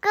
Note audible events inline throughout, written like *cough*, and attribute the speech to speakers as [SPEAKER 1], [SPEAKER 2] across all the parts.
[SPEAKER 1] 哥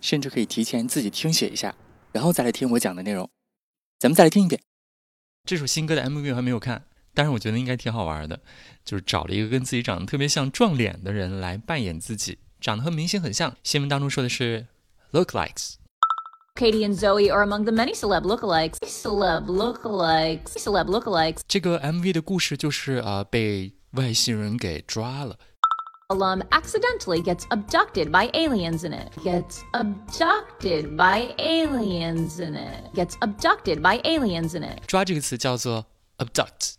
[SPEAKER 2] 甚至可以提前自己听写一下，然后再来听我讲的内容。咱们再来听一遍。
[SPEAKER 3] 这首新歌的 MV 我还没有看，但是我觉得应该挺好玩的，就是找了一个跟自己长得特别像撞脸的人来扮演自己，长得和明星很像。新闻当中说的是 lookalikes。
[SPEAKER 4] Katie and Zoe are among the many celeb lookalikes. Celeb lookalikes. Celeb lookalikes.
[SPEAKER 3] 这个 MV 的故事就是啊、呃被外星人给抓了。
[SPEAKER 4] Alum accidentally gets abducted by aliens in it. Gets abducted by aliens in it. Gets abducted by aliens in it.
[SPEAKER 3] 抓这个词叫做 abduct，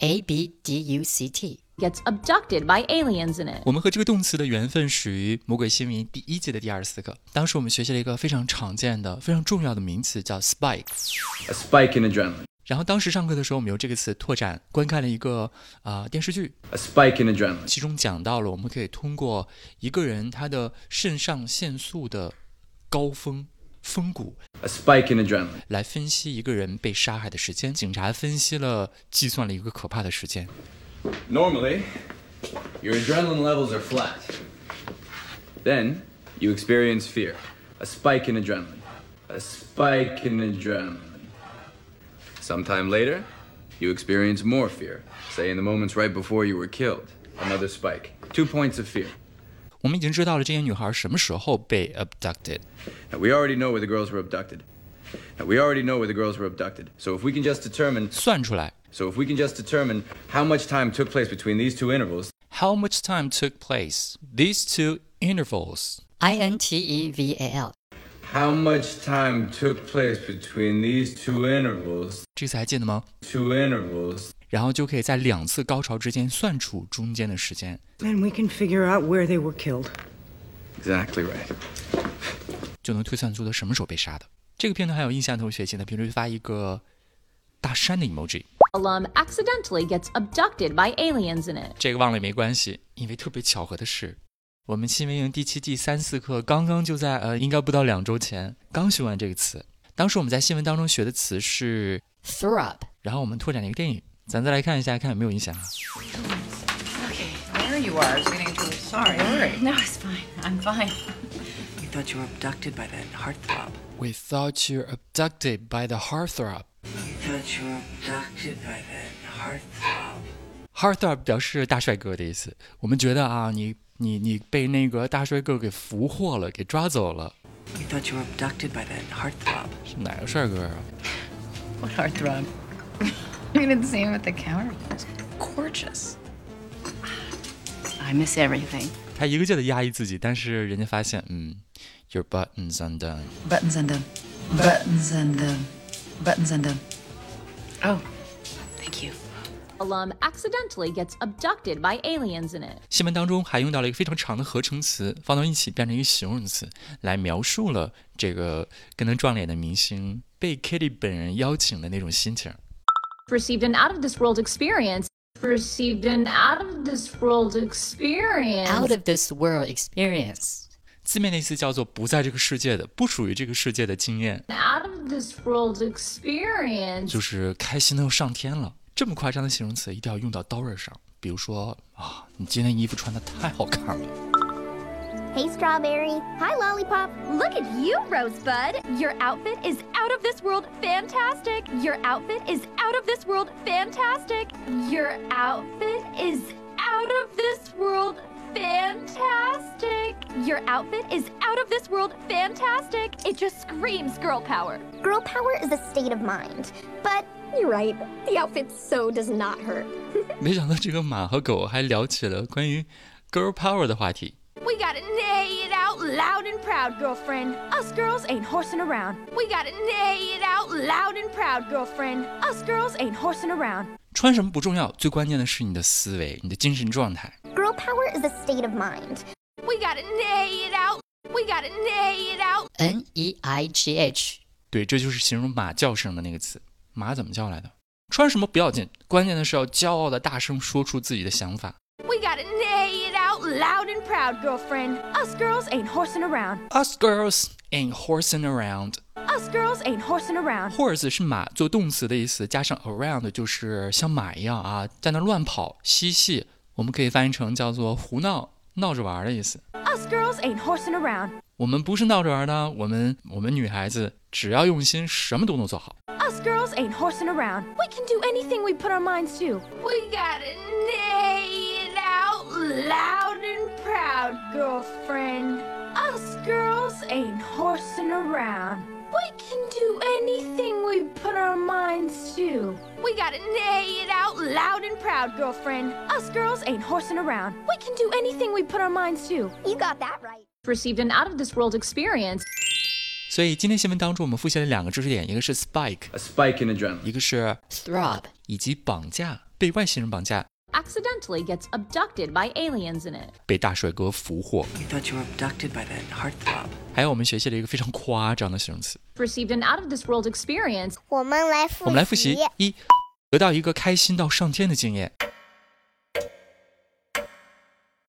[SPEAKER 5] A B D U C T.
[SPEAKER 4] Gets abducted by aliens in it.
[SPEAKER 3] 我们和这个动词的缘分属于《魔鬼新闻》第一季的第二十四课。当时我们学习了一个非常常见的、非常重要的名词，叫 spike。
[SPEAKER 6] a spike in adrenaline,
[SPEAKER 3] 然后当时上课的时候，我们由这个词拓展观看了一个啊、呃电视剧，
[SPEAKER 6] a spike in adrenaline,
[SPEAKER 3] 其中讲到了我们可以通过一个人他的肾上腺素的高峰峰谷
[SPEAKER 6] a spike in adrenaline,
[SPEAKER 3] 来分析一个人被杀害的时间。警察分析了，计算了一个可怕的时间。
[SPEAKER 6] Normally, your adrenaline levels are flat. Then, you experience fear. A spike in adrenaline. A spike in adrenaline. Sometime later, you experience more fear, say in the moments right before you were killed. Another spike. Two points of fear.
[SPEAKER 3] 我们已经知道了这些女孩什么时候被 abducted。
[SPEAKER 6] Now, we already know where the girls were abducted. Now, we already know where the girls were abducted. So if we can just determine,
[SPEAKER 3] 算出来
[SPEAKER 6] so if we can just determine how much time took place between these two intervals,
[SPEAKER 3] how much time took place these two intervals。
[SPEAKER 5] I N T E V A L.
[SPEAKER 6] How much time took place between these two intervals?
[SPEAKER 3] 这次还记得吗？
[SPEAKER 6] Two intervals.
[SPEAKER 3] 然后就可以在两次高潮之间算出中间的时间。
[SPEAKER 7] Then we can figure out where they were killed.
[SPEAKER 6] Exactly right.
[SPEAKER 3] 就能推算出他什么时候被杀的。这个片段还有印象的同学，请在评论区发一个大山的 emoji，
[SPEAKER 4] Alum accidentally gets abducted by aliens in it.
[SPEAKER 3] 这个忘了也没关系，因为特别巧合的是，我们新闻营第七季三四课刚刚就在呃，应该不到两周前刚学完这个词。当时我们在新闻当中学的词是，
[SPEAKER 5] Throw up.
[SPEAKER 3] 然后我们拓展了一个电影，咱再来看一下，看有没有印象啊？
[SPEAKER 8] Okay, there you are. I was getting into a sorry. All right. No, it's fine. I'm fine.
[SPEAKER 7] You thought you were abducted by that heartthrob.
[SPEAKER 3] We thought you were abducted by the heartthrob.
[SPEAKER 7] You thought you were abducted by that heartthrob.
[SPEAKER 3] Heartthrob 表示大帅哥的意思。我们觉得啊，你你你被那个大帅哥给俘获了，给抓走了，
[SPEAKER 7] You thought you were abducted by that heartthrob.
[SPEAKER 3] 是哪个帅哥啊？
[SPEAKER 8] What heartthrob? *laughs* we didn't see him at the counter. He's gorgeous. I miss everything.
[SPEAKER 3] 他一个劲的压抑自己，但是人家发现，嗯，your buttons undone。
[SPEAKER 8] Buttons undone. Buttons undone. Buttons undone. Oh, thank you.
[SPEAKER 4] Alum accidentally gets abducted by aliens in it.
[SPEAKER 3] 新闻当中还用到了一个非常长的合成词，放到一起变成一个形容词，来描述了这个跟他撞脸的明星被 Kitty 本人邀请的那种心情。
[SPEAKER 4] Perceived an out of this world experience. Perceived an out of this world experience.
[SPEAKER 5] Out of this world experience.
[SPEAKER 3] 字面的意思叫做不在这个世界的、不属于这个世界的经验，
[SPEAKER 4] out of this world experience.
[SPEAKER 3] 就是开心的又上天了。这么夸张的形容词一定要用到刀刃上，比如说啊，你今天衣服穿的太好看了。
[SPEAKER 9] Hey strawberry, hi lollipop.
[SPEAKER 10] Look at you, Rosebud. Your outfit is out of this world fantastic. Your outfit is out of this world fantastic. Your outfit is out of this world fantastic. Your outfit is out of this world fantastic. It just screams girl power.
[SPEAKER 9] Girl power is a state of mind, but you're right. The outfit so does not hurt.
[SPEAKER 3] 没想到这个马和狗还聊起了关于 girl power 的话题。
[SPEAKER 10] We gotta nay it out loud and proud, girlfriend. Us girls ain't horsing around. We gotta nay it out loud and proud, girlfriend. Us girls ain't horsing around.
[SPEAKER 3] 穿什么不重要，最关键的是你的思维、你的精神状态。
[SPEAKER 9] Girl power is a state of mind,
[SPEAKER 10] We gotta nay it out We gotta neigh it out.
[SPEAKER 5] N E I G H
[SPEAKER 3] 对，这就是形容马叫声的那个词。马怎么叫来的？穿什么不要紧，关键的是要骄傲的大声说出自己的想法。
[SPEAKER 10] We gotta neigh it out loud and proud, girlfriend. Us girls ain't horsing around.
[SPEAKER 3] Us girls ain't horsing around。
[SPEAKER 10] Us girls ain't horsing around.
[SPEAKER 3] horse 是马做动词的意思，加上 around 就是像马一样啊，在那乱跑嬉戏，我们可以翻译成叫做胡闹、闹着玩儿的意思。
[SPEAKER 10] Us girls ain't horsing around.
[SPEAKER 3] 我们不是闹着玩儿的啊，我们我们女孩子只要用心，什么都能做好。
[SPEAKER 10] Us girls ain't horsing around. We can do anything we put our minds to. We gotta neigh it out loud and proud, girlfriend. Us girls ain't horsing around. We can do anything we put our minds to. We gotta neigh it out loud and proud, girlfriend. Us girls ain't horsing around. We can do anything we put our minds to.
[SPEAKER 9] You got that right.
[SPEAKER 4] Received an out of this world experience.
[SPEAKER 3] 所以今天新闻当中，我们复习了两个知识点，一个是 spike，
[SPEAKER 6] A spike in adrenaline.
[SPEAKER 3] 一个是
[SPEAKER 5] throb
[SPEAKER 3] 以及绑架，被外星人绑架，
[SPEAKER 4] Accidentally gets abducted by aliens in it.
[SPEAKER 3] 被大帅哥俘获。
[SPEAKER 7] You thought you were abducted by that heartthrob.
[SPEAKER 3] 还有我们学习了一个非常夸张的形容词。
[SPEAKER 4] Received an out of this world experience.
[SPEAKER 11] 我们来复
[SPEAKER 3] 我们来复习：一，得到一个开心到上天的经验；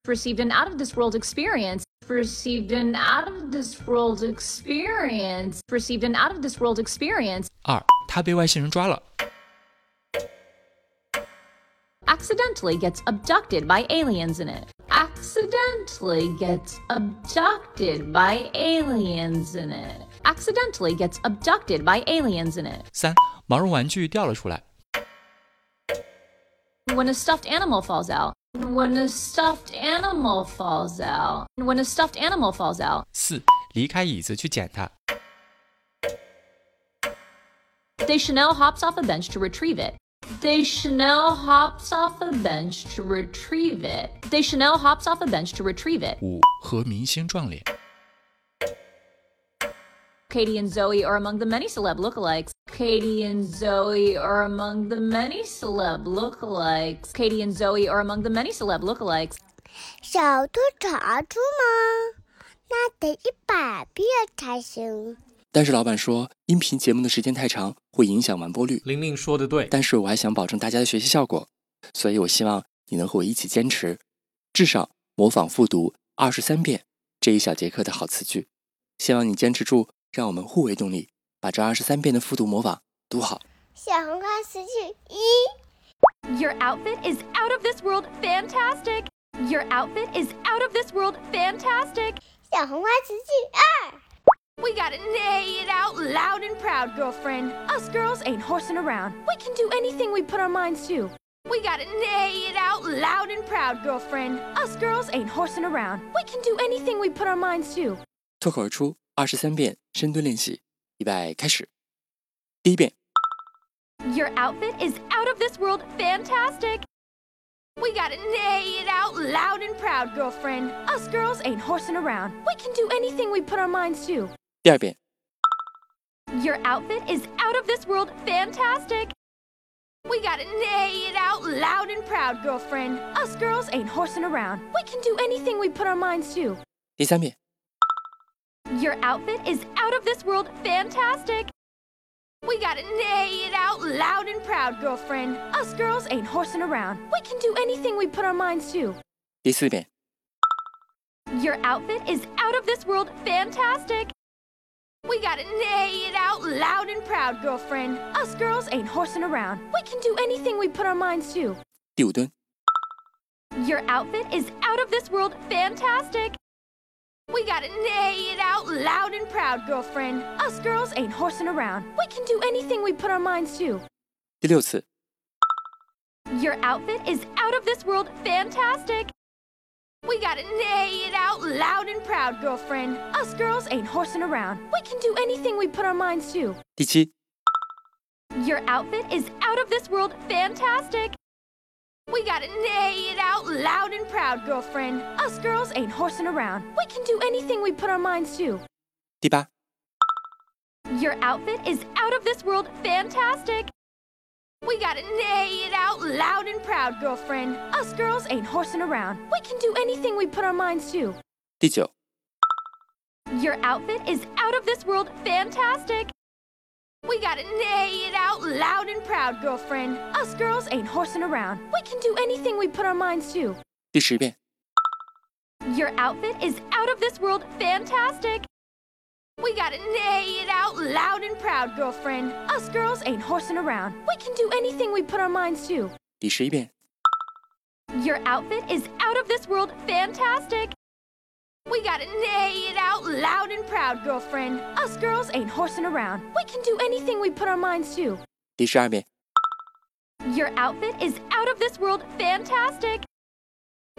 [SPEAKER 4] Received an out of this world experience. Received an out of this world experience. Received an out of this world experience.
[SPEAKER 3] 二，他被外星人抓了；
[SPEAKER 4] Accidentally gets abducted by aliens in it. Accidentally gets abducted by aliens in it. Accidentally gets abducted by aliens in it.
[SPEAKER 3] 三，毛绒玩具掉了出来；
[SPEAKER 4] When a stuffed animal falls out. When a stuffed animal falls out. When a stuffed animal falls out.
[SPEAKER 3] 四，离开椅子去捡它；
[SPEAKER 4] Deschanel hops off a bench to retrieve it. Deschanel hops off a bench to retrieve it. Deschanel hops off a bench to retrieve it.
[SPEAKER 3] 五，和明星撞脸；
[SPEAKER 4] Katie and Zoe are among the many celeb lookalikes. Katie and Zoe are among the many celeb lookalikes. Katie and Zoe are among the many celeb lookalikes.
[SPEAKER 11] 小兔查出吗？那得一百遍才行。
[SPEAKER 2] 但是老板说，音频节目的时间太长，会影响完播率。
[SPEAKER 12] 玲玲说的对，
[SPEAKER 2] 但是我还想保证大家的学习效果，所以我希望你能和我一起坚持，至少模仿复读二十三遍这一小节课的好词句。希望你坚持住，让我们互为动力，把这二十三遍的复读模仿读好。
[SPEAKER 11] 小红花词句一，
[SPEAKER 10] Your outfit is out of this world fantastic. Your outfit is out of this world fantastic.
[SPEAKER 11] 小红花词句二，
[SPEAKER 10] We gotta neigh it out loud and proud, girlfriend. Us girls ain't horsing around. We can do anything we put our minds to. We gotta neigh it out loud and proud, girlfriend. Us girls ain't horsing around. We can do anything we put our minds to.
[SPEAKER 2] 脱口而出二十三遍深蹲练习，预备开始。第一遍，
[SPEAKER 10] Your outfit is out of this world fantastic. We gotta neigh it out loud and proud, girlfriend. Us girls ain't horsing around. We can do anything we put our minds to.
[SPEAKER 2] 第二遍，
[SPEAKER 10] Your outfit is out of this world fantastic. We gotta neigh it out loud and proud, girlfriend. Us girls ain't horsing around. We can do anything we put our minds to.
[SPEAKER 2] 第三遍，
[SPEAKER 10] Your outfit is out of this world fantastic. We gotta neigh it out loud and proud, girlfriend. Us girls ain't horsing around. We can do anything we put our minds to.
[SPEAKER 2] 第四遍，
[SPEAKER 10] Your outfit is out of this world fantastic. We gotta neigh it out loud and proud, girlfriend. Us girls ain't horsing around. We can do anything we put our minds to.
[SPEAKER 2] 第五蹲，
[SPEAKER 10] Your outfit is out of this world fantastic. We gotta neigh it out loud and proud, girlfriend. Us girls ain't horsing around. We can do anything we put our minds to.
[SPEAKER 2] 第六次，
[SPEAKER 10] Your outfit is out of this world fantastic. We gotta neigh it out loud and proud, girlfriend. Us girls ain't horsing around. We can do anything we put our minds to.
[SPEAKER 2] 第七，
[SPEAKER 10] Your outfit is out of this world fantastic. We gotta neigh it out loud and proud, girlfriend. Us girls ain't horsing around. We can do anything we put our minds to.
[SPEAKER 2] 第八，
[SPEAKER 10] Your outfit is out of this world fantastic. We gotta neigh it out loud and proud, girlfriend. Us girls ain't horsing around. We can do anything we put our minds to.
[SPEAKER 2] 第九，
[SPEAKER 10] Your outfit is out of this world fantastic. We gotta nay it out loud and proud, girlfriend. Us girls ain't horsing around. We can do anything we put our minds to.
[SPEAKER 2] 第十遍，
[SPEAKER 10] Your outfit is out of this world fantastic. We gotta nay it out loud and proud, girlfriend. Us girls ain't horsing around. We can do anything we put our minds to.
[SPEAKER 2] 第十一遍，
[SPEAKER 10] Your outfit is out of this world fantastic. We gotta nay it out loud and proud, girlfriend. Us girls ain't horsing around. We can do anything we put our minds to.
[SPEAKER 2] 第十二遍，
[SPEAKER 10] Your outfit is out of this world fantastic.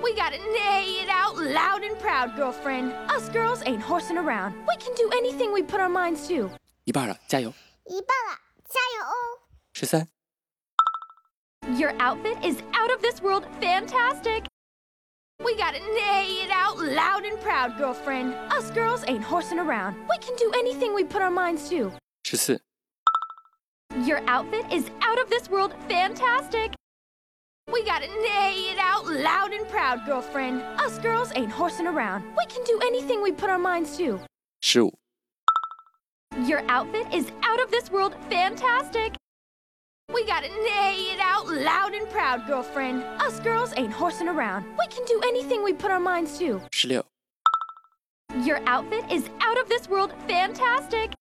[SPEAKER 10] We gotta nay it out loud and proud, girlfriend. Us girls ain't horsing around. We can do anything we put our minds to.
[SPEAKER 2] 一半了，加油！
[SPEAKER 11] 一半了，加油哦！
[SPEAKER 2] 十三、
[SPEAKER 10] Your outfit is out of this world fantastic. We gotta nay it out loud and proud, girlfriend. Us girls ain't horsing around. We can do anything we put our minds to.
[SPEAKER 2] 十四、
[SPEAKER 10] Your outfit is out of this world fantastic. We gotta nay it out loud and proud, girlfriend. Us girls ain't horsing around. We can do anything we put our minds to.
[SPEAKER 2] 十五、
[SPEAKER 10] Your outfit is out of this world fantastic. We gotta nay it out loud and proud, girlfriend. Us girls ain't horsing around. We can do anything we put our minds to.
[SPEAKER 2] 十六、
[SPEAKER 10] Your outfit is out of this world fantastic.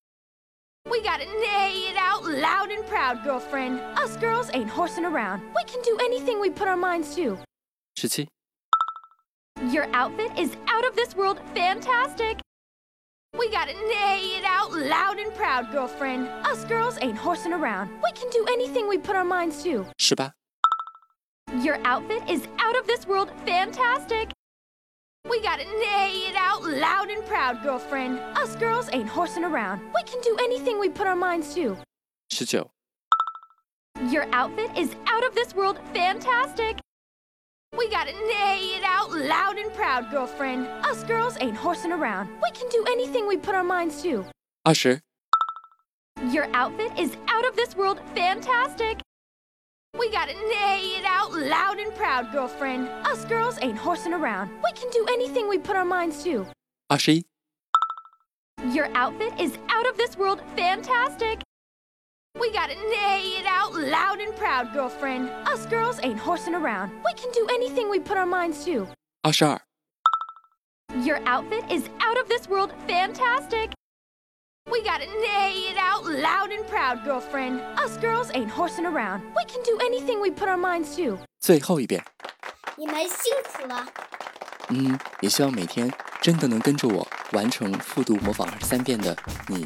[SPEAKER 10] We gotta nay it out loud and proud, girlfriend. Us girls ain't horsing around. We can do anything we put our minds to.
[SPEAKER 2] 十七、
[SPEAKER 10] Your outfit is out of this world fantastic. We gotta nay it out loud and proud, girlfriend. Us girls ain't horsing around. We can do anything we put our minds to.
[SPEAKER 2] 十八、
[SPEAKER 10] Your outfit is out of this world fantastic. We gotta nay it out loud and proud, girlfriend. Us girls ain't horsing around. We can do anything we put our minds to.
[SPEAKER 2] 十九、
[SPEAKER 10] Your outfit is out of this world fantastic. We gotta nay it out loud and proud, girlfriend. Us girls ain't horsing around. We can do anything we put our minds to.
[SPEAKER 2] 二十、
[SPEAKER 10] Your outfit is out of this world fantastic. We gotta nay it out loud and proud, girlfriend. Us girls ain't horsing around. We can do anything we put our minds to.
[SPEAKER 2] 二十一、
[SPEAKER 10] Your outfit is out of this world fantastic. We gotta nay it out loud and proud, girlfriend. Us girls ain't horsing around. We can do anything we put our minds to.
[SPEAKER 2] 二十二、
[SPEAKER 10] Your outfit is out of this world fantastic. We gotta nay it out loud and proud, girlfriend. Us girls ain't horsing around. We can do anything we put our minds to.
[SPEAKER 2] 最后一遍。
[SPEAKER 11] 你们辛苦了，
[SPEAKER 2] 嗯，也希望每天真的能跟着我完成复读模仿二十三遍的你，